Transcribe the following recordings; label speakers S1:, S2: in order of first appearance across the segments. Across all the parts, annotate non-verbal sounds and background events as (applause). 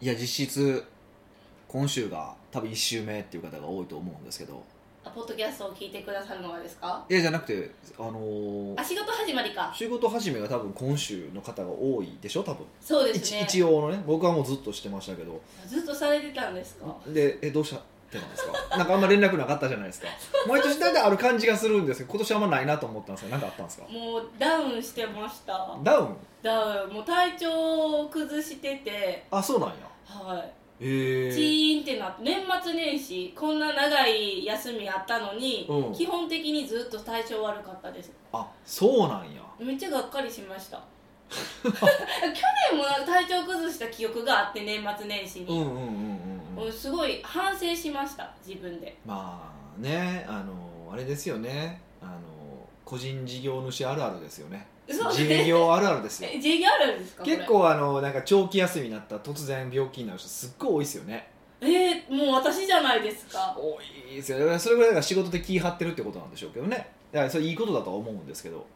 S1: いや実質今週が多分1週目っていう方が多いと思うんですけど
S2: あポッドキャストを聞いてくださるのがですか
S1: いやじゃなくてあの
S2: あ
S1: ー
S2: 仕事始まりか
S1: 仕事始めが多分今週の方が多いでしょ多分、
S2: そうです
S1: 一
S2: ね
S1: 一応のね僕はもうずっとしてましたけど
S2: ずっとされてたんですか
S1: でえどうしたってなんですかなんかあんま連絡なかったじゃないですか毎年大体ある感じがするんですけど今年あんまないなと思ったんですけど何かあったんですか
S2: もうダウンしてました
S1: ダウン
S2: ダウンもう体調を崩してて
S1: あそうなんや
S2: はい
S1: ええ
S2: チーンってなって年末年始こんな長い休みあったのに、
S1: うん
S2: 基本的にずっと体調悪かったです
S1: あそうなんや
S2: めっちゃがっかりしました
S1: (laughs)
S2: 去年もなんか体調崩した記憶があって年末年始
S1: うん
S2: に、
S1: うんうんうんう
S2: うんんすごい反省しました自分で
S1: まあねあのあれですよねあの個人事業主あるあるですよね
S2: そう
S1: 自営
S2: (laughs) ね
S1: 業あるあるですよ
S2: え J ギャルですかこれ
S1: 結構あのなんか長期休みになったら突然病気になる人すっごい多いですよね
S2: えー、もう私じゃないですか
S1: 多いですよねそれぐらいだから仕事で気張ってるってことなんでしょうけどねだからそれいいことだとは思うんですけど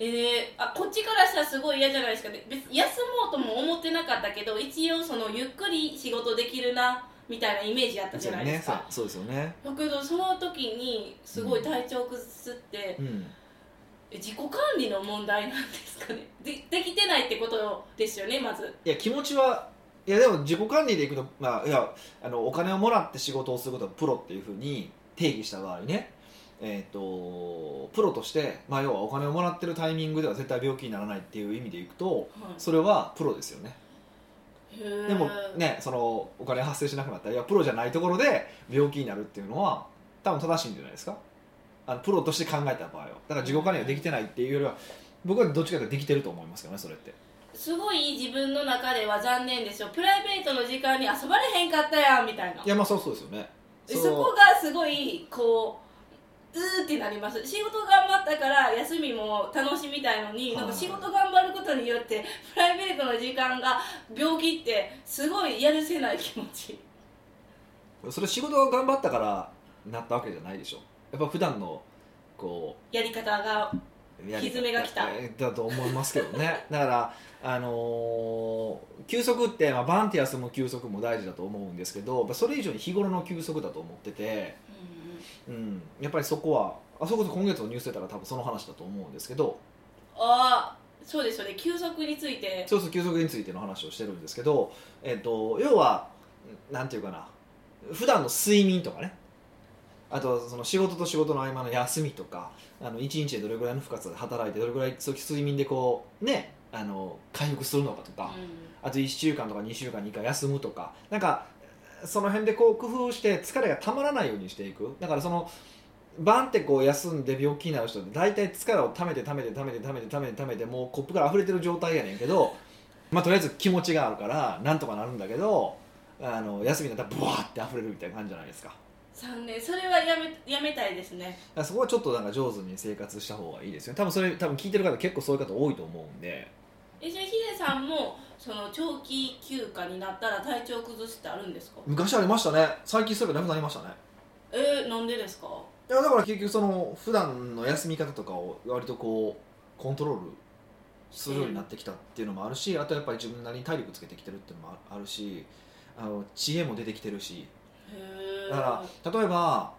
S2: えー、あこっちからしたらすごい嫌じゃないですかね別に休もうとも思ってなかったけど一応そのゆっくり仕事できるなみたいなイメージやったじゃないですか、
S1: ねそうそうですよね
S2: だけどその時にすごい体調崩すって、
S1: うん
S2: え自己管理の問題なんですかねでできてないってことですよねまず
S1: いや気持ちはいやでも自己管理でいくと、まあ、いやあのお金をもらって仕事をすることはプロっていうふうに定義した場合ね、えー、とプロとして、まあ、要はお金をもらってるタイミングでは絶対病気にならないっていう意味でいくとそれはプロですよねで
S2: で
S1: もねそのお金発生しなくなったらいやプロじゃないところで病気になるっていうのは多分正しいんじゃないですかあのプロとして考えた場合はだから自己管理ができてないっていうよりは僕はどっちかというとできてると思いますけどねそれって
S2: すごい自分の中では残念ですよプライベートの時間に遊ばれへんかったやんみたいない
S1: やまあそうそうですよね
S2: そうこがすごいこううーってなります仕事頑張ったから休みも楽しみたいのに、
S1: はい
S2: なんか仕事頑張ることによって (laughs) プライベートの時間が病気ってすごいやるせない気持ち
S1: それ仕事が頑張ったからなったわけじゃないでしょやっぱ普段のこ
S2: やり方が
S1: うやり
S2: 歪みが来た
S1: えだと思いますけどね (laughs) だからあのー休息って、まあ、バンって休む休息も大事だと思うんですけどやっぱそれ以上に日頃の休息だと思ってて、うん、やっぱりそこはあそこで今月のニュース出たら多分その話だと思うんですけど
S2: ああそうですよね休息について
S1: そうそう休息についての話をしてるんですけど、えっと要はなんていうかな普段の睡眠とかねあとその仕事と仕事の合間の休みとかあの一日でどれぐらいの負荷で働いてどれぐらいそう睡眠でこうねあの回復するのかとか、
S2: う
S1: あと1週間とか2週間に1回休むとかなんかその辺でこう工夫して疲れがたまらないようにしていくだからそのバンってこう休んで病気になる人って大体疲れを溜めて溜めて溜めて溜めて溜めて溜めてもうコップから溢れてる状態やねんけど、まあ、とりあえず気持ちがあるからなんとかなるんだけどあの休みになったらブワーって溢れるみたいな感じじゃないですかだか
S2: 3年それはやめやめたいですね
S1: らそこはちょっとなんか上手に生活した方がいいですよね多分それ多分聞いてる方結構そういう方多いと思うんで
S2: えじゃあヒデさんもその長期休暇になったら体調崩すってあるんですか
S1: 昔ありましたね最近それがなくなりましたね
S2: えー、なんでですか
S1: いやだから結局その普段の休み方とかを割とこうコントロールするようになってきたっていうのもあるし、あとやっぱり自分なりに体力つけてきてるっていうのもああるしあの知恵も出てきてるし
S2: へえ
S1: だから例えば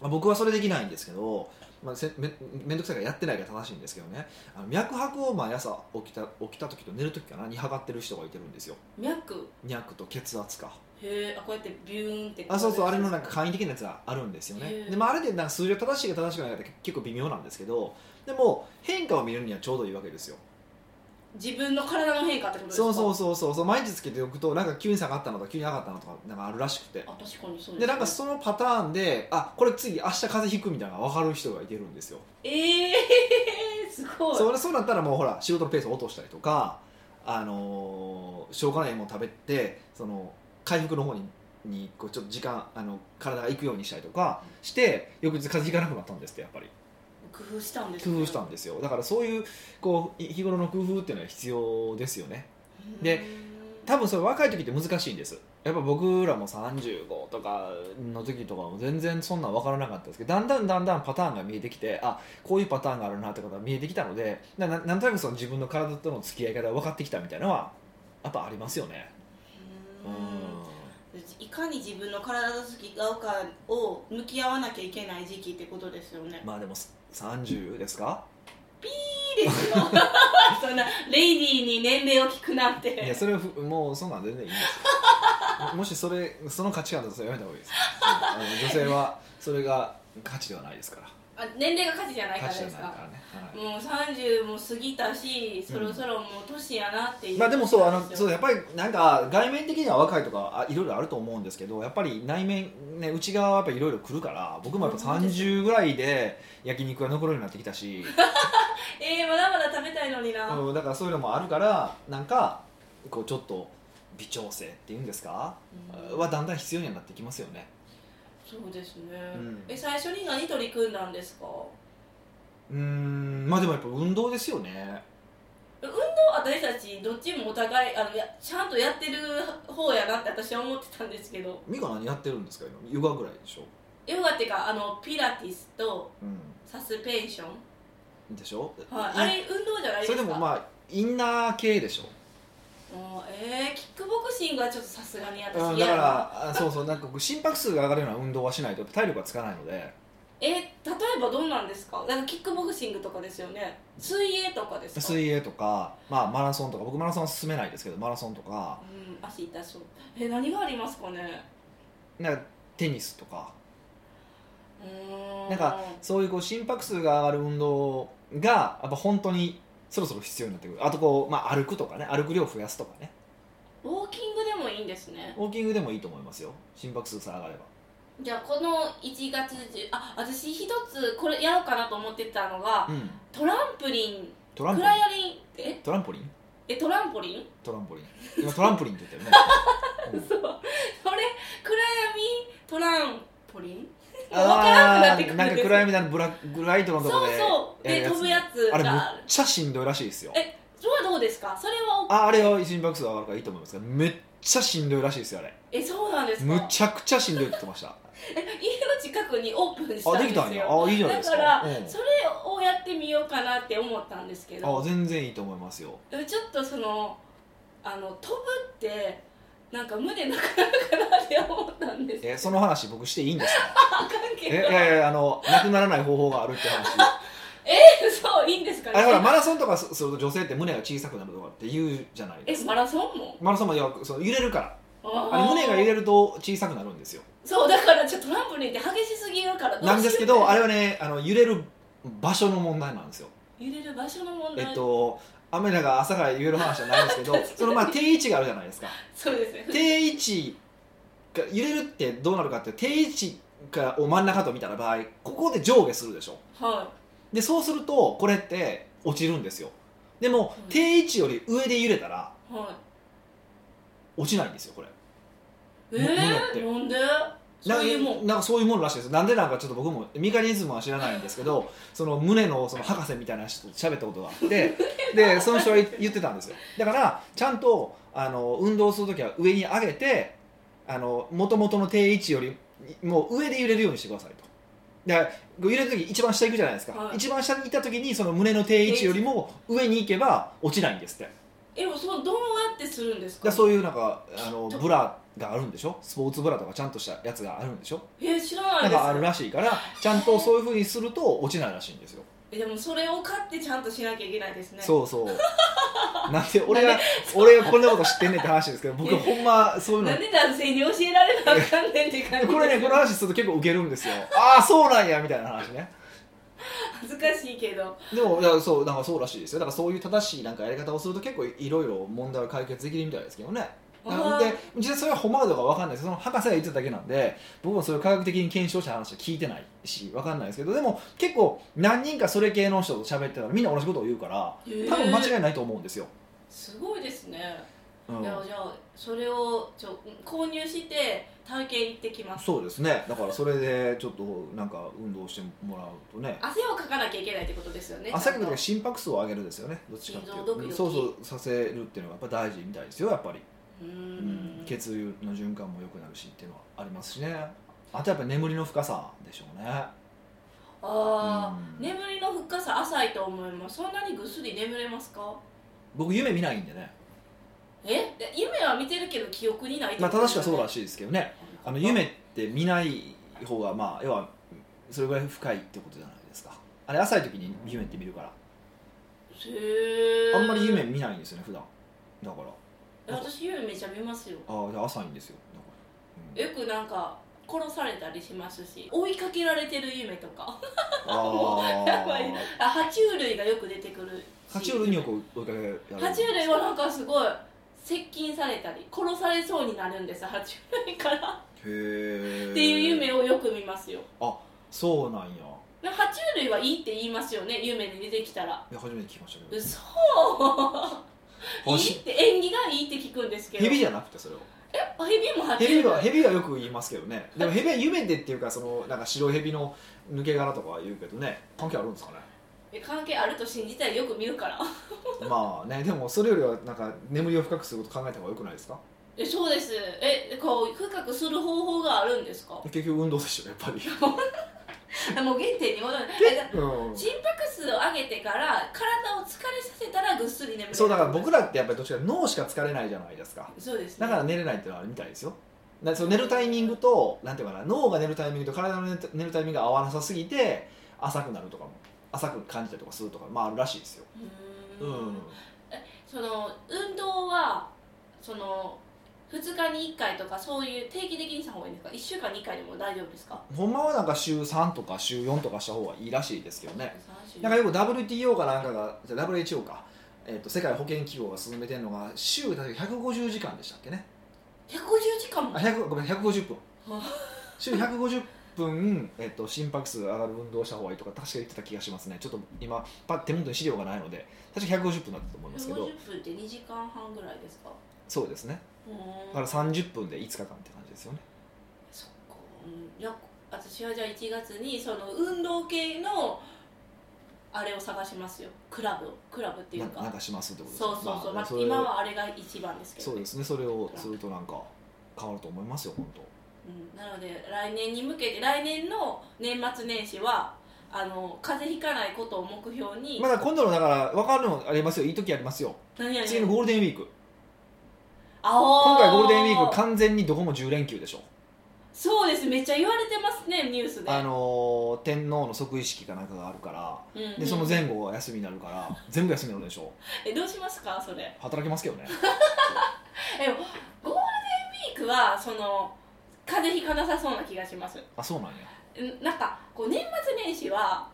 S1: まあ僕はそれできないんですけど、まあ、せめめんどくさいからやってないが正しいんですけどねあの脈拍を毎朝起きた起きた時と寝る時かなに測ってる人がいてるんですよ
S2: 脈
S1: 脈と血圧か
S2: へえあこうやってビューンって
S1: あそうそうあれのなんか簡易的なやつがあるんですよ
S2: へ
S1: ね
S2: え
S1: で、まあ、あれでなんか数字が正しいか正しくないかって結構微妙なんですけどでも変化を見るにはちょうどいいわけですよ
S2: 自分の体の変化ってことですか
S1: そうそうそう
S2: そ
S1: そうそう毎日つけておくとなんか急に下がったのとか急に上がったのとかなんかあるらしくて
S2: あ確かにそうです、ね、
S1: でなんかそのパターンであこれ次明日風邪ひくみたいなのが分かる人がいてるんですよ
S2: ええー、すごい
S1: それそうなったらもうほら仕事のペースを落としたりとかあのーしょうがないもの食べてその回復の方ににこうちょっと時間あの体が行くようにしたりとかして翌日風邪ひかなくなったんですってやっぱり
S2: 工夫したんです
S1: 工
S2: ね
S1: 夫したんですよだからそういうこうい日頃の工夫っていうのは必要ですよねで
S2: うん
S1: 多分それ若い時って難しいんですやっぱ僕らも35とかの時とかも全然そんなん分からなかったですけどだんだんだんだんパターンが見えてきてあこういうパターンがあるなってことが見えてきたのでなななんとなくその自分の体との付き合い方が分かってきたみたいなのはやっぱありますよね
S2: ういかに自分の体と付き合うかを向き合わなきゃいけない時期ってことですよね。
S1: まあでも30ですか
S2: いいですよ。そんなレイディーに年齢を聞くなん
S1: いや
S2: て。
S1: それはふもうそんなん全然いいですよ (laughs) もしそれその価値観だとそれやめた方がいいですあの女性はそれが価値ではないですから
S2: あ年齢が価値じゃないか
S1: 価
S2: ら
S1: 値じゃない
S2: です
S1: から
S2: か。
S1: ね、はい
S2: もう三十も過ぎたし、そろそろもう年やなっていう。
S1: まあでもそうあのそう
S2: う。
S1: やっぱりなんか外面的には若いとかあいろいろあると思うんですけどやっぱり内面、ね、内側はやっぱいろいろ来るから僕もやっぱ30ぐらいで焼肉が残るようになってきた
S2: (laughs)
S1: し、
S2: ええまだまだ食べたいのにな。
S1: うん、だからそういうのもあるからなんかこうちょっと微調整っていうんですか、
S2: うん
S1: はだんだん必要にはなってきますよね。
S2: そうですね。
S1: うん
S2: え最初に何取り組んだんですか。
S1: うーんまあでもやっぱ運動ですよね
S2: 運動私たちどっちもお互いあのやちゃんとやってる方やなって私は思ってたんですけど
S1: 美香何やってるんですか今ヨガぐらいでしょ、
S2: ヨガっていうかあのピラティスと
S1: う
S2: サスペンション、
S1: ん、でしょ、
S2: はい、
S1: い
S2: あれ運動じゃないです
S1: そ
S2: か
S1: れでもまあインナー系でしょ
S2: もうえー、キックボクシングはちょっとさすがに私嫌や
S1: うん、だ
S2: な
S1: からあそうそうなんかこう心拍数が上がるような運動はしないと体力がつかないので
S2: え例えばどうなんですかなんかキックボクシングとかですよね水泳とかですか
S1: 水泳とか、まあ、マラソンとか僕マラソンは進めないですけどマラソンとか
S2: うん足痛そうえ何がありますかね
S1: なんかテニスとか
S2: うーん
S1: なんかそういうこう心拍数が上がる運動がやっぱ本当にそろそろ必要になってくるあとこう、まあ、歩くとかね歩く量を増やすとかね
S2: ウォーキングでもいいんですね
S1: ウォーキングでもいいと思いますよ心拍数さえ上がれば
S2: じゃあこの1月10あ私一つこれやろうかなと思ってたのが、
S1: うん、
S2: トランプリン
S1: トラン
S2: ク
S1: ポリ
S2: ラ
S1: ン
S2: イアリンえ
S1: トランポリン
S2: えトランポリン (laughs)
S1: トランポリン今トランポリンって言ったよねうん
S2: そうそれ暗闇トランポリン (laughs) もう分からんくな
S1: あー
S2: ってくるん
S1: なん
S2: です
S1: か暗闇のブラックライトの
S2: そ
S1: と
S2: う
S1: ころで
S2: そう
S1: やる
S2: で
S1: やつ
S2: 飛ぶやつ
S1: あれむっ
S2: がある
S1: ちゃしんどいらしいですよ
S2: えそれはどうですかそれは
S1: ああれは心拍数上がるからいいと思いますけどめっちゃしんどいらしいですよあれ
S2: えそうなんですか
S1: むちゃくちゃしんどいって言ってました
S2: え家の近くにオープンした
S1: あ
S2: ん
S1: で
S2: で
S1: き
S2: す
S1: たんや
S2: よ
S1: あいいじゃないですか
S2: だから
S1: うん
S2: それをやってみようかなって思ったんですけど
S1: あ全然いいと思いますよ
S2: でもちょっとそのあの飛ぶってなんか胸なくなるかなって思ったんです
S1: えその話僕していいんです
S2: (laughs)
S1: か
S2: あかんけ
S1: えい
S2: ど
S1: やいやあのなくならない方法があるって
S2: (laughs)
S1: 話
S2: そういいんですかね
S1: あれほらマラソンとかすすると女性って胸が小さくなるとかって言うじゃないで
S2: え
S1: すか
S2: マラソンも
S1: マラソンもいやその揺れるから
S2: あー
S1: あれ胸が揺れると小さくなるんですよ
S2: そうだからちょっとトランポリンって激しすぎるからどうしよう
S1: なんですけどあれはねあの揺れる場所の問題なんですよ
S2: 揺れる場所の問
S1: え
S2: 題、
S1: っと雨田が朝から言える話じゃないんですけ
S2: (laughs)
S1: どそのまあ定位置があるじゃないですか
S2: そうですね
S1: 定位置が揺れるってどうなるかって定位置がを真ん中と見たら場合ここで上下するでしょ
S2: は
S1: でそうするとこれって落ちるんですよでも
S2: うん
S1: 定位置より上で揺れたら
S2: いは
S1: 落ちないんですよこれ
S2: いえ
S1: む胸って
S2: ー、なんでそういうもん
S1: なんかそういうものらしいですなんでなんかちょっと僕もメカニズムは知らないんですけどその胸のその博士みたいな人と喋ったことがあってでその人は言ってたんですよだからちゃんとあの運動する時は上に上げてもともとの定位置よりもう上で揺れるようにしてくださいと。だから揺れる時一番下行くじゃないですか、
S2: はい
S1: 一番下に行った時にその胸の定位置よりも上に行けば落ちないんですってだか
S2: えそうどうやってするんですから
S1: そういうなんかあのブラがあるんでしょスポーツブラとかちゃんとしたやつがあるんでしょ
S2: えー知らな
S1: ないん
S2: で
S1: かある
S2: す
S1: らしいからちゃんとそういうふうにすると落ちないらしいんですよ、
S2: えでもそれを買ってちゃんとしなきゃいけないですね
S1: そうそう
S2: (laughs)
S1: なんで俺が俺がこんなこと知ってんねんって話ですけど僕ほんまそういうの
S2: なんで男性に教えられなあかんねんって感じ
S1: これねこの話すると結構ウケるんですよああそうなんやみたいな話ね
S2: 恥ずかしいけど
S1: でもいやそうなんかそうらしいですよだからそういう正しいなんかやり方をすると結構いろいろ問題を解決できるみたいですけどねな
S2: あ
S1: の
S2: ー
S1: で実際それはほんまかどうかわかんないですその博士が言ってただけなんで僕もそういう科学的に検証した話は聞いてないしわかんないですけどでも結構何人かそれ系の人と喋ってたらみんな同じことを言うから
S2: へー
S1: 多分間違いないと思うんですよ、
S2: すごいですね、
S1: うん
S2: いやじゃあそれをちょ購入して体験行ってきます
S1: そうですねだからそれでちょっとなんか運動してもらうとね
S2: 汗をかかなきゃいけないってことですよね
S1: 朝から
S2: ちゃんと
S1: 心拍数を上げるですよねどっちかってい
S2: 心臓ドキド
S1: う
S2: キ
S1: そうそうさせるっていうのがやっぱ大事みたいですよやっぱり、
S2: うー
S1: うんん血流の循環も良くなるしっていうのはありますしねあとやっぱ眠りの深さでしょうね
S2: ああ、
S1: うん
S2: 眠りの深さ浅いと思いますそんなにぐっすり眠れますか
S1: 僕夢見ないんでね
S2: へえ夢は見てるけど記憶にないって
S1: まあ、
S2: こと
S1: 正しくはそうらしいですけどねあの夢って見ない方がまあ要はそれぐらい深いってことじゃないですかあれ浅い時に夢って見るから
S2: へえ
S1: あんまり夢見ないんですよね普段だから
S2: 私夢めちゃ見ますよ
S1: ああじゃあ浅いんですよだから、
S2: よくなんか殺されたりしますし追いかけられてる夢とか
S1: うん、
S2: やばい (laughs)
S1: あ
S2: あ爬虫類がよく出てくる
S1: あ
S2: し
S1: 爬虫類によく追いかけられる
S2: 爬虫類はなんかすごい接近されたり殺されそうになるんです爬虫類から
S1: へえ
S2: っていう夢をよく見ますよ
S1: そうなんや
S2: で爬虫類はいいって言いますよね夢に出てきたら
S1: いや初めて聞きましたけど
S2: 嘘い
S1: あ
S2: い
S1: し
S2: って縁起がいいって聞くんですけど
S1: 蛇じゃなくてそれは
S2: あヘビも爬虫
S1: 蛇
S2: 類
S1: は蛇はよく言いますけど
S2: (laughs)
S1: ねでも蛇は夢でっていうかそのなんか白蛇の抜け殻とかは言うけどね関係あるんですかね
S2: え関係あると信じたいよく見るから
S1: まあねでもそれよりはなんか眠りを深くすること考えた方がよくないですか
S2: えそうですえこう深くする方法があるんですか
S1: 結局運動でしょやっぱり
S2: もう原点に戻る (laughs) えだ
S1: うん
S2: 心拍数を上げてから体を疲れさせたらぐっすり眠れる
S1: そうだから僕らってやっぱりどっちかというと脳しか疲れないじゃないですか
S2: そうです、ね、
S1: だから寝れないっていうのはあるみたいですよなその寝るタイミングとなんていうかな脳が寝るタイミングと体の寝た寝るタイミングが合わなさすぎて浅くなるとかも浅く感じたりとかするとかまああるらしいですよ
S2: う
S1: う
S2: ーん
S1: ん
S2: その運動はその2日に1回とかそういう定期的にした方がいいんですか1週間に1回でも大丈夫ですか
S1: ほんまはなんか週3とか週4とかした方がいいらしいですけどね
S2: 30
S1: なんかよく WTO かなんかがじゃあ WHO か、えっと世界保健機構が進めてるのが週確か150時間でしたっけね
S2: 150時間も
S1: あ100ごめん150分
S2: は
S1: 週150分、えっと心拍数上がる運動をした方がいいとか確か言ってた気がしますねちょっと今パッ手元に資料がないので確か150分だったと思いますけ
S2: 150
S1: ど
S2: 分って2時間半ぐらいですか
S1: そうですね
S2: うーん
S1: だから30分で5日間って感じですよね
S2: そっか、うん、いや私はじゃあ1月にその運動系のあれを探しますよクラブをクラブっていう
S1: ななん
S2: か
S1: かしますってことです
S2: そうそうそ
S1: ま
S2: う、ま
S1: あ
S2: あ
S1: それ
S2: 今はあれが一番ですけど
S1: そうですねそれをするとなんか変わると思いますよ本当
S2: うん、なので来年に向けて来年の年末年始はあの風邪ひかないことを目標に、
S1: まだ今度のだから分かるのありますよいい時ありますよ
S2: 何や
S1: 次のゴールデンウィーク今
S2: 今
S1: 回ゴールデンウィーク完全にどこも10連休でしょ
S2: そうですめっちゃ言われてますねニュースで
S1: あのー天皇の即位式かなんかがあるから
S2: うんうん
S1: でその前後は休みになるから全部休みになるでしょ
S2: えどうしますかそれ
S1: 働きますけどね
S2: ゴールデンウィークはその風邪ひかなさそうな気がします
S1: あそうなんや
S2: うんなんかこう年末年始は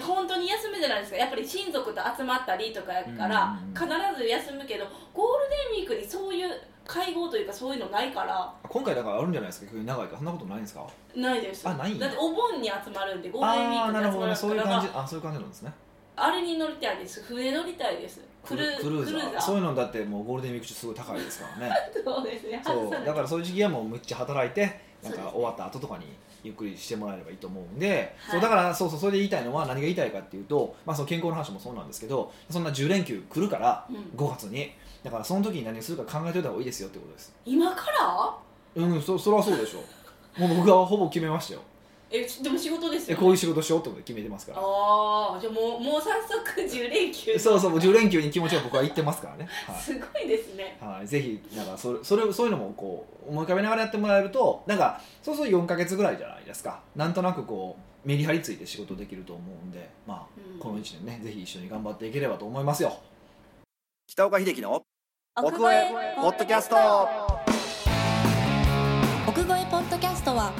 S2: 本当に休むじゃないですかやっぱり親族と集まったりとかやから
S1: うん
S2: 必ず休むけどゴールデンウィークにそういう会合というかそういうのないから
S1: 今回だからあるんじゃないですか急に長いからそんなことないんですか
S2: ないです
S1: あないんや
S2: だってお盆に集まるんでゴールデンウィ
S1: ああーなる
S2: ーク
S1: ほど
S2: に
S1: ね
S2: 集
S1: そ
S2: ま
S1: うい
S2: る
S1: う
S2: から
S1: 感じあそういう感じなんですね
S2: あれに乗りたいです船乗りたいですクル
S1: クルーザー
S2: クルーザー
S1: そういうのだってもうゴールデンウィーク中すごい高いですからね
S2: (laughs) そうですね
S1: そう
S2: 外さない
S1: だからそういう時期はもうむっちゃ働いてなん
S2: そうです
S1: か
S2: ね
S1: 終わった後とかにゆっくりしてもらえればいいと思うんで、
S2: はい
S1: そうだからそうそうそれで言いたいのは何が言いたいかっていうと、まあ、その健康の話もそうなんですけどそんな10連休来るから
S2: うん
S1: 5月にだからその時に何をするか考えておいた方がいいですよってことです
S2: 今から
S1: うんそそれはそうでしょうもう僕はほぼ決めましたよ
S2: えちでも仕事です
S1: え
S2: よ
S1: こういう仕事しようってことで決めてますから
S2: ああじゃあもうもう早速10連休
S1: そうそうもう10連休に気持ちは僕は行ってますからね、はい
S2: すごいですね
S1: はい、ぜひなんかそれそれそういうのもこう思い浮かべながらやってもらえるとなんかそうそう4か月ぐらいじゃないですかなんとなくこうメリハリついて仕事できると思うんで、まあ、
S2: うん
S1: この1年ねぜひ一緒に頑張っていければと思いますよ北岡秀樹の奥越えポッドキャスト
S3: 奥越えポッドキャストは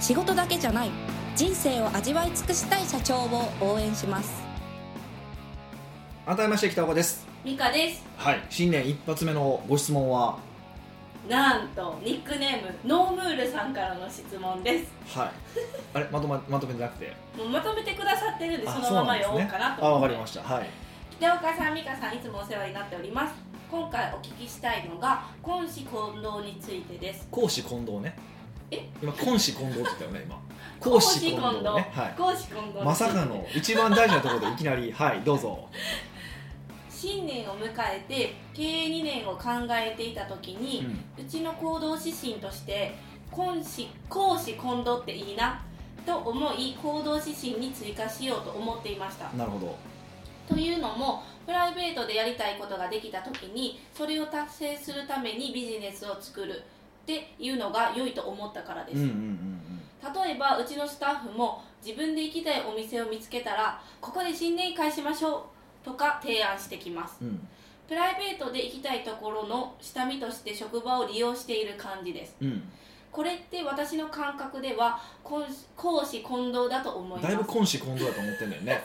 S3: 仕事だけじゃない人生を味わい尽くしたい社長を応援します
S1: 改めまして北岡です、
S2: ミカです
S1: はい、新年一発目のご質問は、
S2: なんとニックネームノームールさんからの質問です
S1: はい、あれまとままとめてなくて
S2: もうまとめてくださってるんで
S1: あ
S2: そのまま
S1: そ
S2: 読
S1: うなん
S2: もう
S1: です
S2: かな
S1: あ
S2: と
S1: わ
S2: 思
S1: か
S2: っ
S1: り
S2: て
S1: ましたはい
S2: 北岡さん美香さんいつもお世話になっております今回お聞きしたいのが婚子混同についてです
S1: 公私混同ね
S2: え
S1: 今公私混同って言ったよね今公私混同ねはい
S2: 公私混同について
S1: まさかの一番大事なところでいきなりはいどうぞ
S2: 新年を迎えて経営2年を考えていた時
S1: う
S2: に、
S1: ん
S2: うちの行動指針として婚子公私混同っていいなと思い行動指針に追加しようと思っていました
S1: なるほど
S2: というのもプライベートでやりたいことができた時にそれを達成するためにビジネスを作るっていうのが良いと思ったからで
S1: う
S2: す、
S1: んうん
S2: 例えばうちのスタッフも自分で行きたいお店を見つけたらここで新年会しましょうとか提案してきます
S1: うんうん
S2: プライベートで行きたいところの下見として職場を利用している感じです
S1: うん
S2: これって私の感覚では公公私混同だと思
S1: う
S2: い
S1: ん
S2: ま
S1: だ
S2: す
S1: いぶ今子今度だと思ってんだよ
S2: (laughs)
S1: ね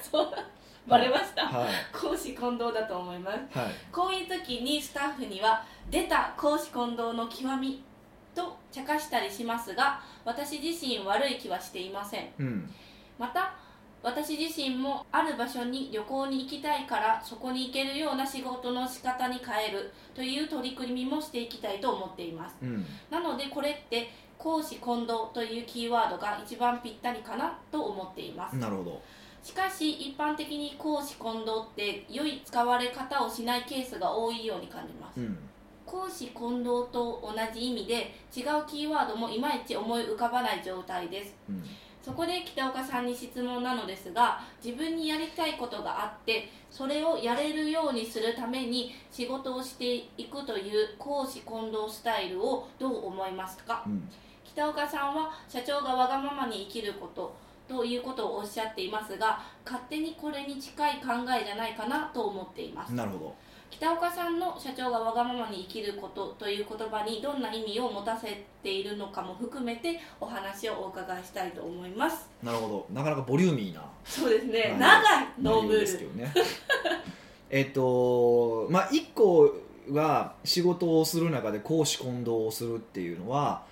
S2: バレました
S1: はい
S2: 公私混同だと思います
S1: はい
S2: こういう時にスタッフには「出た公私混同の極み」と茶化したりしますが私自身悪い気はしていません
S1: うん
S2: また私自身もある場所に旅行に行きたいからそこに行けるような仕事の仕方に変えるという取り組みもしていきたいと思っています
S1: うん
S2: なのでこれって公私混同というキーワードが一番ぴったりかなと思っています
S1: なるほど
S2: しかし一般的に公私混同って良い使われ方をしないケースが多いように感じます
S1: うん
S2: 公私混同と同じ意味で違うキーワードもいまいち思い浮かばない状態です
S1: うん
S2: そこで北岡さんに質問なのですが自分にやりたいことがあってそれをやれるようにするために仕事をしていくという公私混同スタイルをどう思いますか
S1: うん
S2: 北岡さんは社長がわがままに生きることということをおっしゃっていますが勝手にこれに近い考えじゃないかなと思っています
S1: なるほ
S2: 北岡さんの社長がわがままに生きることという言葉にどんな意味を持たせているのかも含めてお話をお伺いしたいと思います
S1: どなるほどなかなかボリューミーな
S2: そうですね
S1: な
S2: 長いノー
S1: 内
S2: ブ
S1: 容ですけ
S2: ー
S1: どね (laughs) えっとまあ一個は仕事をする中で公私混同をするっていうのは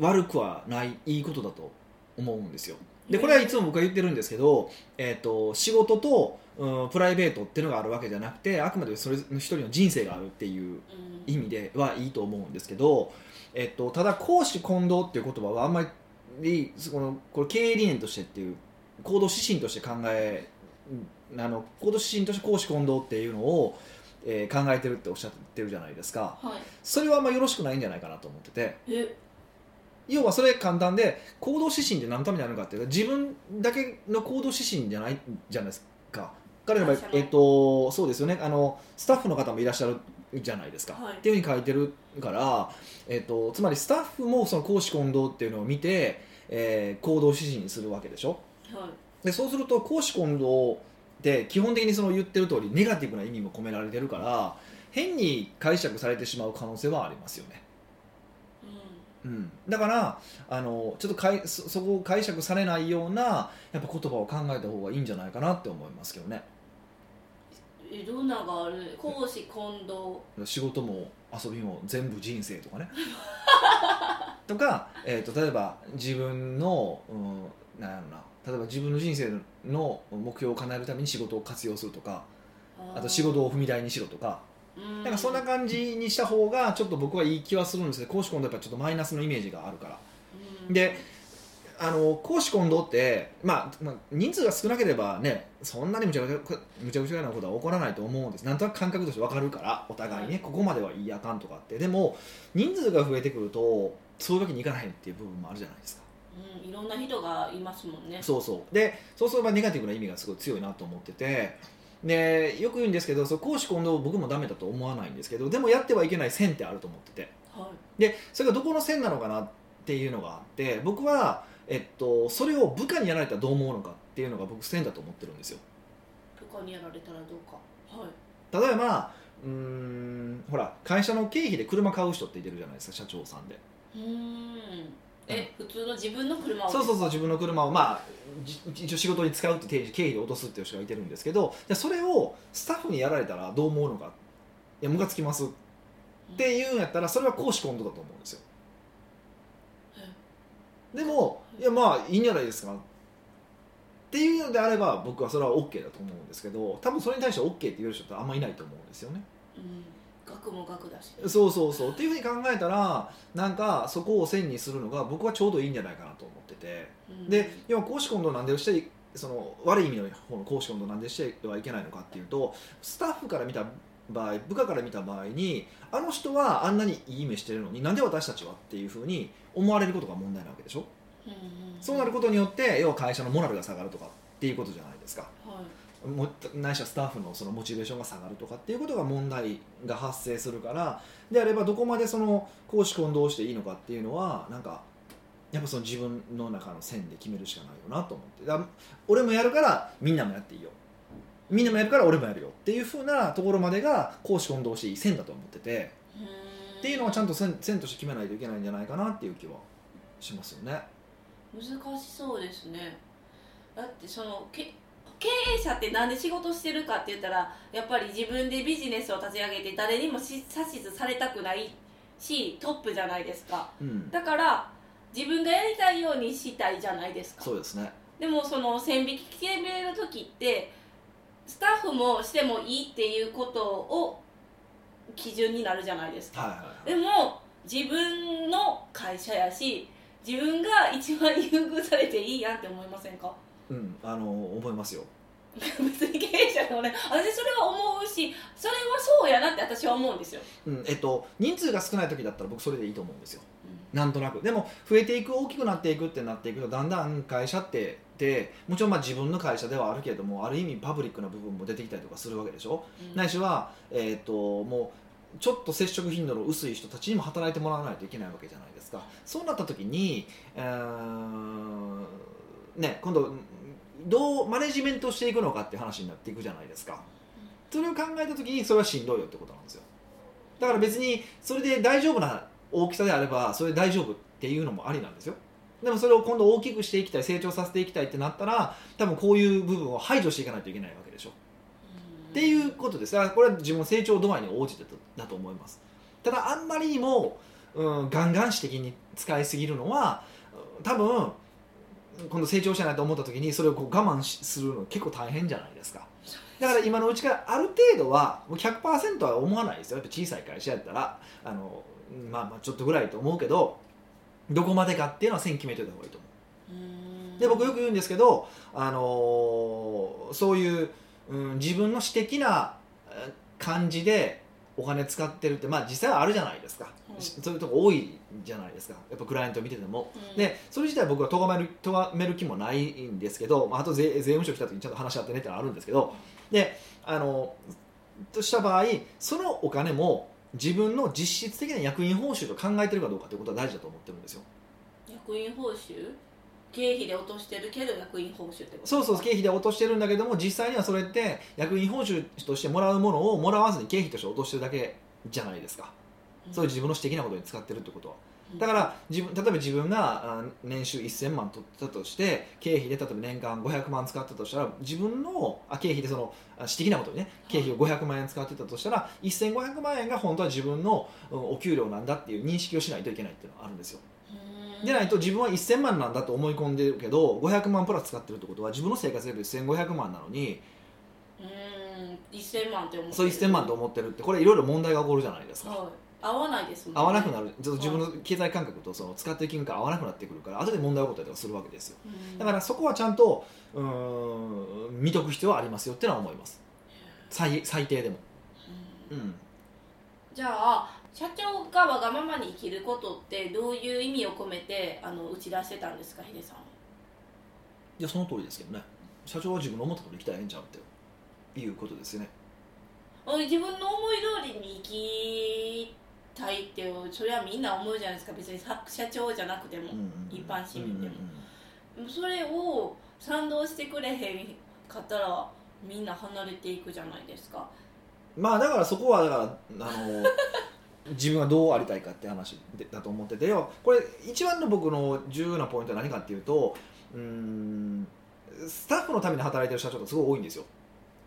S1: 悪くはないいいことだと思うんですよでこれはいつも僕が言ってるんですけど、えっと仕事と、うん、プライベートっていうのがあるわけじゃなくてあくまでそれぞれの一人の人生があるっていう
S2: ル
S1: 意味ではいいと思うんですけど、えっと、ただ公私混同っていう言葉はあんまりそのこれ経営理念としてっていう行動指針として考えあの行動指針として公私混同っていうのを、えー考えてるっておっしゃってるじゃないですか
S2: うんはい
S1: それはあんまよろしくないんじゃないかなと思ってて
S2: え
S1: 要はそれ簡単で行動指針って何のためにあるのかっていうと自分だけの行動指針じゃないじゃないですか彼の場合
S2: 会社、の
S1: えっと、そうですよねあのスタッフの方もいらっしゃるじゃないですか、
S2: はい
S1: っていうふうに書いてるから、えっと、つまりスタッフもその公私混同っていうのを見て、えー行動指針にするわけでしょ
S2: はい
S1: でそうすると公私混同って基本的にその言ってる通りネガティブな意味も込められてるから変に解釈されてしまう可能性はありますよね
S2: う
S1: うん、だからあのちょっとかいそそこを解釈されないようなやっぱ言葉を考えた方がいいんじゃないかなって思いますけどね
S2: んえどんながある公私混同
S1: 仕事も遊びも全部人生と (laughs) かねとか、えー、と例えば自分の、うん、なんやろな例えば自分の人生の目標を叶えるために仕事を活用するとかあと仕事を踏み台にしろとか
S2: な
S1: なんかそんな感じにした方がちょっと僕はいい気はするんですけど公私混同はやっぱちょっとマイナスのイメージがあるから。であの公私混同って、まあまあ、人数が少なければねそんなにむちゃくちゃむちゃくちゃなことは起こらないと思うんですなんとなく感覚として分かるからお互いね、
S2: はい
S1: ここまではいいやかんとかってでも人数が増えてくるとそういうわけにいかないっていう部分もあるじゃないですか
S2: うんいろんな人がいますもんね
S1: そうそうでそうすればネガティブな意味がすごい強いなと思っててでよく言うんですけどそう公私混同僕もダメだと思わないんですけどでもやってはいけない線ってあると思ってて
S2: はい
S1: でそれがどこの線なのかなっていうのがあって僕は、えっと、それを部下にやられたらどう思うのかっていうのが僕線だと思ってるんですよ
S2: 部下にやられたらどうかはい
S1: 例えばうーんほら会社の経費で車買う人っていてるじゃないですか社長さんで
S2: うーんえ普通の自分の車を
S1: そうそうそう自分の車をまあじ一応仕事に使うって定義経費で落とすっていう人がいてるんですけどじゃあそれをスタッフにやられたらどう思うのかいやムカつきますっていうんやったらそれは公私混同だと思うんですよでもいやまあいいんじゃないですかっていうのであれば僕はそれは OK だと思うんですけど多分それに対して OK って言える人ってあんまいないと思うんですよね
S2: うん額も額だし
S1: そうそうそうっていうふうに考えたらなんかそこを線にするのが僕はちょうどいいんじゃないかなと思ってて
S2: うん
S1: で要は公私混同なんでしていその悪い意味の方の公私混同なんでしてはいけないのかっていうとスタッフから見た場合部下から見た場合にあの人はあんなにいい目してるのになんで私たちはっていうふうに思われることが問題なわけでしょ
S2: うんうん
S1: そうなることによって要は会社のモラルが下がるとかっていうことじゃないですか
S2: はい
S1: もないしはスタッフのそのモチベーションが下がるとかっていうことが問題が発生するからであればどこまでその公私混同していいのかっていうのはなんかやっぱその自分の中の線で決めるしかないよなと思ってだから俺もやるからみんなもやっていいよみんなもやるから俺もやるよっていうふうなところまでが公私混同していい線だと思っててっていうのはちゃんと線線として決めないといけないんじゃないかなっていう気はしますよね。
S2: 難しそうですねだってそのけ経営者ってなんで仕事してるかって言ったらやっぱり自分でビジネスを立ち上げて誰にもし指図されたくないしトップじゃないですか
S1: うん、
S2: だから自分がやりたいようにしたいじゃないですか
S1: そうですね
S2: でもその線引き決める時ってスタッフもしてもいいっていうことを基準になるじゃないですか、
S1: はいはいはい
S2: でも自分の会社やし自分が一番優遇されていいやんって思いませんか (laughs)
S1: うん、あの思いますよ
S2: 別に経営者でもね私それは思うしそれはそうやなって私は思うんですよ、
S1: うんえっと、人数が少ない時だったら僕それでいいと思うんですよなんとなくでも増えていく大きくなっていくってなっていくとだんだん会社ってでもちろんまあ自分の会社ではあるけれどもある意味パブリックな部分も出てきたりとかするわけでしょ、
S2: うん
S1: ないしは、えっともうちょっと接触頻度の薄い人たちにも働いてもらわないといけないわけじゃないですかそうなった時に、うーんね、今度どうマネジメントしていくのかって話になっていくじゃないですかそれを考えた時にそれはしんどいよってことなんですよだから別にそれで大丈夫な大きさであればそれで大丈夫っていうのもありなんですよでもそれを今度大きくしていきたい成長させていきたいってなったら多分こういう部分を排除していかないといけないわけでしょっていうことですだからこれは自分の成長度合いに応じてとだと思いますただあんまりにも、うん、ガンガン私的に使いすぎるのはうん多分今度成長したいなと思った時にそれをこう我慢しするの結構大変じゃないですかだから今のうちからある程度はもう100%は思わないですよやっぱ小さい会社やったらあの、まあ、まあちょっとぐらいと思うけどどこまでかっていうのは線決めておいた方がいいと思う
S2: うん
S1: で僕よく言うんですけど、あのーそういう、うん、自分の私的なえー感じでお金使ってるって、まあ、実際はあるじゃないですか、
S2: うん
S1: しそういうとこ多いじゃないですかやっぱクライアント見てても。
S2: うん
S1: でそれ自体僕は咎める咎める気もないんですけど、まあ、あと税税務署来た時にちゃんと話し合ってねってのはあるんですけどであのとした場合そのお金も自分の実質的な役員報酬と考えてるかどうかということは大事だと思ってるんですよ。
S2: 役員報酬経費で落としてるけど役員報酬ってこと
S1: そうそう経費で落としてるんだけども実際にはそれって役員報酬としてもらうものをもらわずに経費として落としてるだけじゃないですか、
S2: うん
S1: そういう自分の私的なことに使ってるってことは
S2: うん
S1: だから自分例えば自分があ年収1000万取ったとして経費で例えば年間500万使ったとしたら自分のあ経費でそのあ私的なことにね経費を500万円使ってたとしたら1500万円が本当は自分のうんお給料なんだっていう認識をしないといけないっていうのはあるんですよ
S2: うん
S1: でないと自分は1000万なんだと思い込んでるけど500万プラス使ってるってことは自分の生活レベル1500万なのに
S2: うん1000万って思って
S1: そう
S2: る
S1: 1000万と思ってるってこれいろいろ問題が起こるじゃないですか
S2: はい合わないですもんね
S1: 合わなくなるちょっと自分の経済感覚とその使ってる金額が合わなくなってくるから後で問題起こったりとかするわけですよ
S2: うん
S1: だからそこはちゃんとうーん見とく必要はありますよってのは思います最最低でも、
S2: う
S1: うんん、
S2: じゃあ社長がわがままに生きることってどういう意味を込めてあの打ち出してたんですかヒデさん
S1: いやその通りですけどね社長は自分の思った通り行きたらええんちゃうっていうことですよね
S2: おい自分の思い通りに生きたいってそれはみんな思うじゃないですか別にさ社長じゃなくても
S1: うんうんうん
S2: 一般市民でも
S1: うんうんうん
S2: それを賛同してくれへんかったらみんな離れていくじゃないですか
S1: まあだからそこはだからあの自分がどうありたいかって話でだと思っててよこれ一番の僕の重要なポイントは何かっていうとうーんスタッフのために働いてる社長がすごい多いんですよ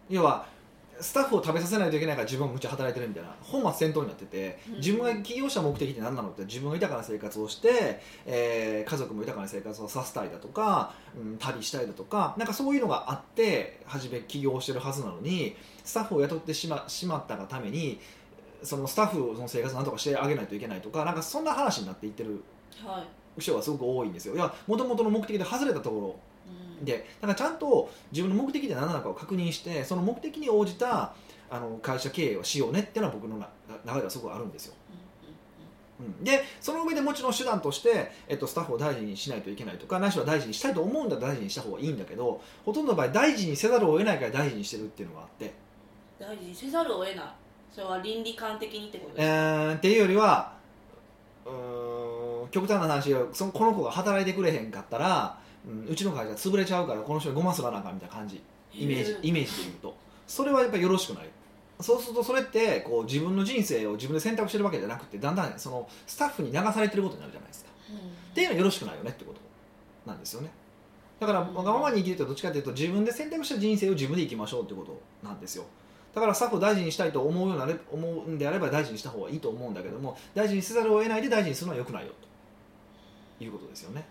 S1: 要はスタッフを食べさせないといけないから自分はむっちゃ働いてるみたいな本末転倒になってて
S2: うん
S1: 自分が起業した目的って何なのって自分が豊かな生活をして、えー家族も豊かな生活をさせたいだとか、うん、旅したいだとかなんかそういうのがあって初め起業してるはずなのにスタッフを雇ってしましまったがためにそのスタッフの生活をなんとかしてあげないといけないとかなんかそんな話になっていってる
S2: はい、
S1: 人がすごく多いんですよいやもともとの目的で外れたとこ
S2: うん
S1: ろでだからちゃんと自分の目的で何なのかを確認してその目的に応じたあの会社経営をしようねっていうのは僕のな中ではすごくあるんですよ
S2: うん
S1: うんでその上でもちろん手段として、えっと、スタッフを大事にしないといけないとかないしは大事にしたいと思うんだったら大事にした方がいいんだけどほとんどの場合大事にせざるを得ないから大事にしてるっていうのがあって、
S2: 大事にせざるを得ないそれは倫理観的にってこと
S1: え
S2: ですか、
S1: ーっていうよりはうーん極端な話そのこの子が働いてくれへんかったら、うんうちの会社潰れちゃうからこの人にごますらなあかんみたいな感じイメージ
S2: うん
S1: イメージで言うとそれはやっぱりよろしくないそうするとそれってこう自分の人生を自分で選択してるわけじゃなくてだんだんそのスタッフに流されてることになるじゃないですかっていうのはよろしくないよねってことなんですよねだから
S2: うん
S1: わがままに生きるってどっちかというと自分で選択した人生を自分で生きましょうってことなんですよだからスタッフを大事にしたいと思うようなれ思うんであれば大事にした方がいいと思うんだけども大事にせざるを得ないで大事にするのはよくないよということですよね、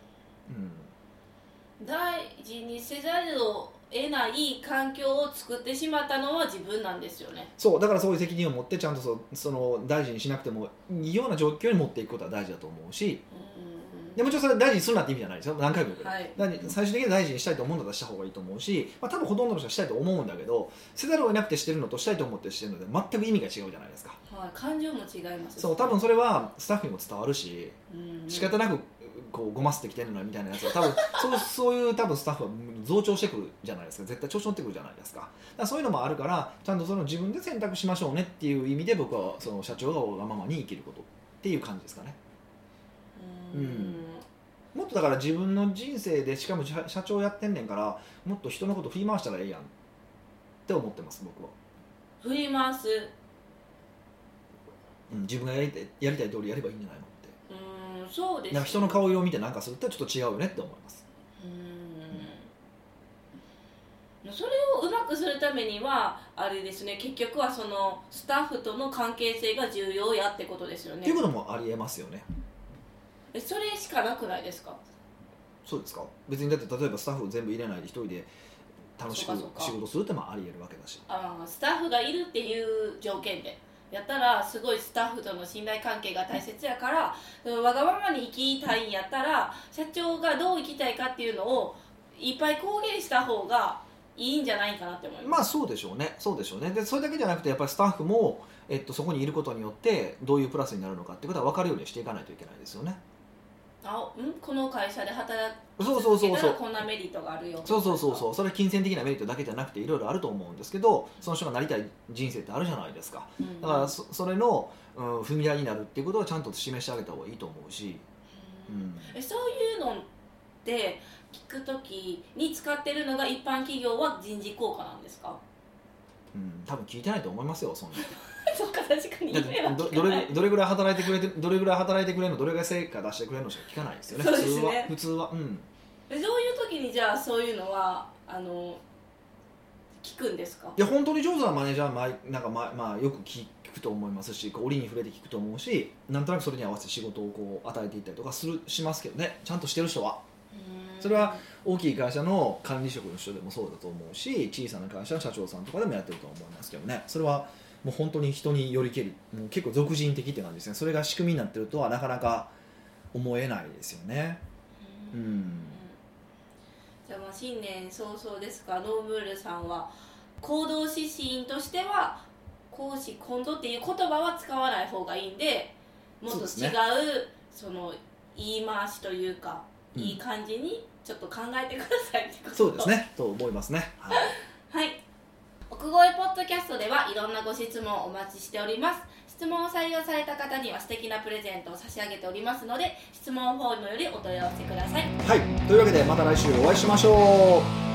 S1: うん、
S2: 大事にせざるを得ない環境を作ってしまったのは自分なんですよね
S1: そうだからそういう責任を持ってちゃんとそその大事にしなくてもいいような状況に持っていくことは大事だと思うし
S2: うん
S1: でもちろんそれ大事にするなって意味じゃないですよ何回も言うけど、
S2: はい
S1: 大事最終的に大事にしたいと思うんだったらした方がいいと思うし、まあ、多分ほとんどの人はしたいと思うんだけどせざるを得なくてしてるのとしたいと思ってしてるので全く意味が違うじゃないですか
S2: はい、感情も違いますし
S1: そう多分それはスタッフにも伝わるし
S2: うん
S1: 仕方なくこうごますってきてるなみたいなやつは多
S2: (laughs)
S1: 分そうそういう多分スタッフは増長してくるじゃないですか絶対調子乗ってくるじゃないですかだからそういうのもあるからちゃんとその自分で選択しましょうねっていう意味で僕はその社長がわがままに生きることっていう感じですかね
S2: うん
S1: うんもっとだから自分の人生でしかも社社長やってんねんからもっと人のこと振り回したらええやんって思ってます僕は、
S2: 振り回す
S1: うん、自分がやりたいやりたい通りやればいいんじゃないのって
S2: うんそうです
S1: なんか人の顔色を見てなんかするってちょっと違うよねって思います
S2: うんそれをうまくするためにはあれですね結局はそのスタッフとの関係性が重要やってことですよ
S1: っ
S2: ね
S1: ていうこともありえますよね
S2: えそれしかなくないですか
S1: そうですか別にだって例えばスタッフを全部入れないで一人で楽しく
S2: そうかそうか
S1: 仕事するってもありえるわけだし
S2: あースタッフがいるっていう条件でやったらすごいスタッフとの信頼関係が大切やからそのわがままに生きたいんやったら社長がどう生きたいかっていうのをいっぱい公言した方がいいんじゃないかなって思います、
S1: まあそうでしょうねそうでしょうねでそれだけじゃなくてやっぱりスタッフも、えっと、そこにいることによってどういうプラスになるのかってことは分かるようにしていかないといけないですよね
S2: あんこの会社で働く
S1: そうそうそうそう
S2: こんなメリットがあるよ
S1: そうそうそう
S2: う
S1: そうそれは金銭的なメリットだけじゃなくていろいろあると思うんですけどその人がなりたい人生ってあるじゃないですか
S2: うん
S1: だからそそれの、うん、踏み台になるっていうことをちゃんと示してあげた方がいいと思うし、うん、
S2: えそういうのって聞くときに使ってるのが一般企業は人事効果なんですか (laughs)
S1: うん、多分聞いてないと思いますよそんな
S2: そうか確かに
S1: だっ
S2: 夢は
S1: てど
S2: 聞
S1: ど
S2: かな
S1: れ
S2: い
S1: どれぐらい働いてくれてどれぐらい働いてくれるのどれぐらい成果出してくれるのしか聞かないですよね
S2: そうですね
S1: 普通は普通はうん
S2: えそういう時にじゃあそういうのはあの聞くんですか
S1: いや本当に上手なマネージャーはまあなんかまあまあよく聞くと思いますしこう折に触れて聞くと思うしなんとなくそれに合わせて仕事をこう与えていったりとかするしますけどねちゃんとしてる人はそれは大きい会社の管理職の人でもそうだと思うし小さな会社の社長さんとかでもやってると思いますけどねそれはもう本当に人によりけりもう結構俗人的って感じですねそれが仕組みになってるとはなかなか思えないですよね
S2: う
S1: うんん
S2: じゃあまあ新年早々ですがノームールさんは行動指針としては公私混同っていう言葉は使わない方がいいんでもっと違
S1: そ
S2: う
S1: う
S2: そ
S1: ですね
S2: の言い回しというか、
S1: うん
S2: いい感じにちょっと考えてくださいってこと
S1: そうですねと思いますね、はい
S2: はい。奥越ポッドキャストではいろんなご質問をお待ちしております。質問を採用された方には素敵なプレゼントを差し上げておりますので、質問フォームよりお問い合わせください。
S1: はい、というわけでまた来週お会いしましょう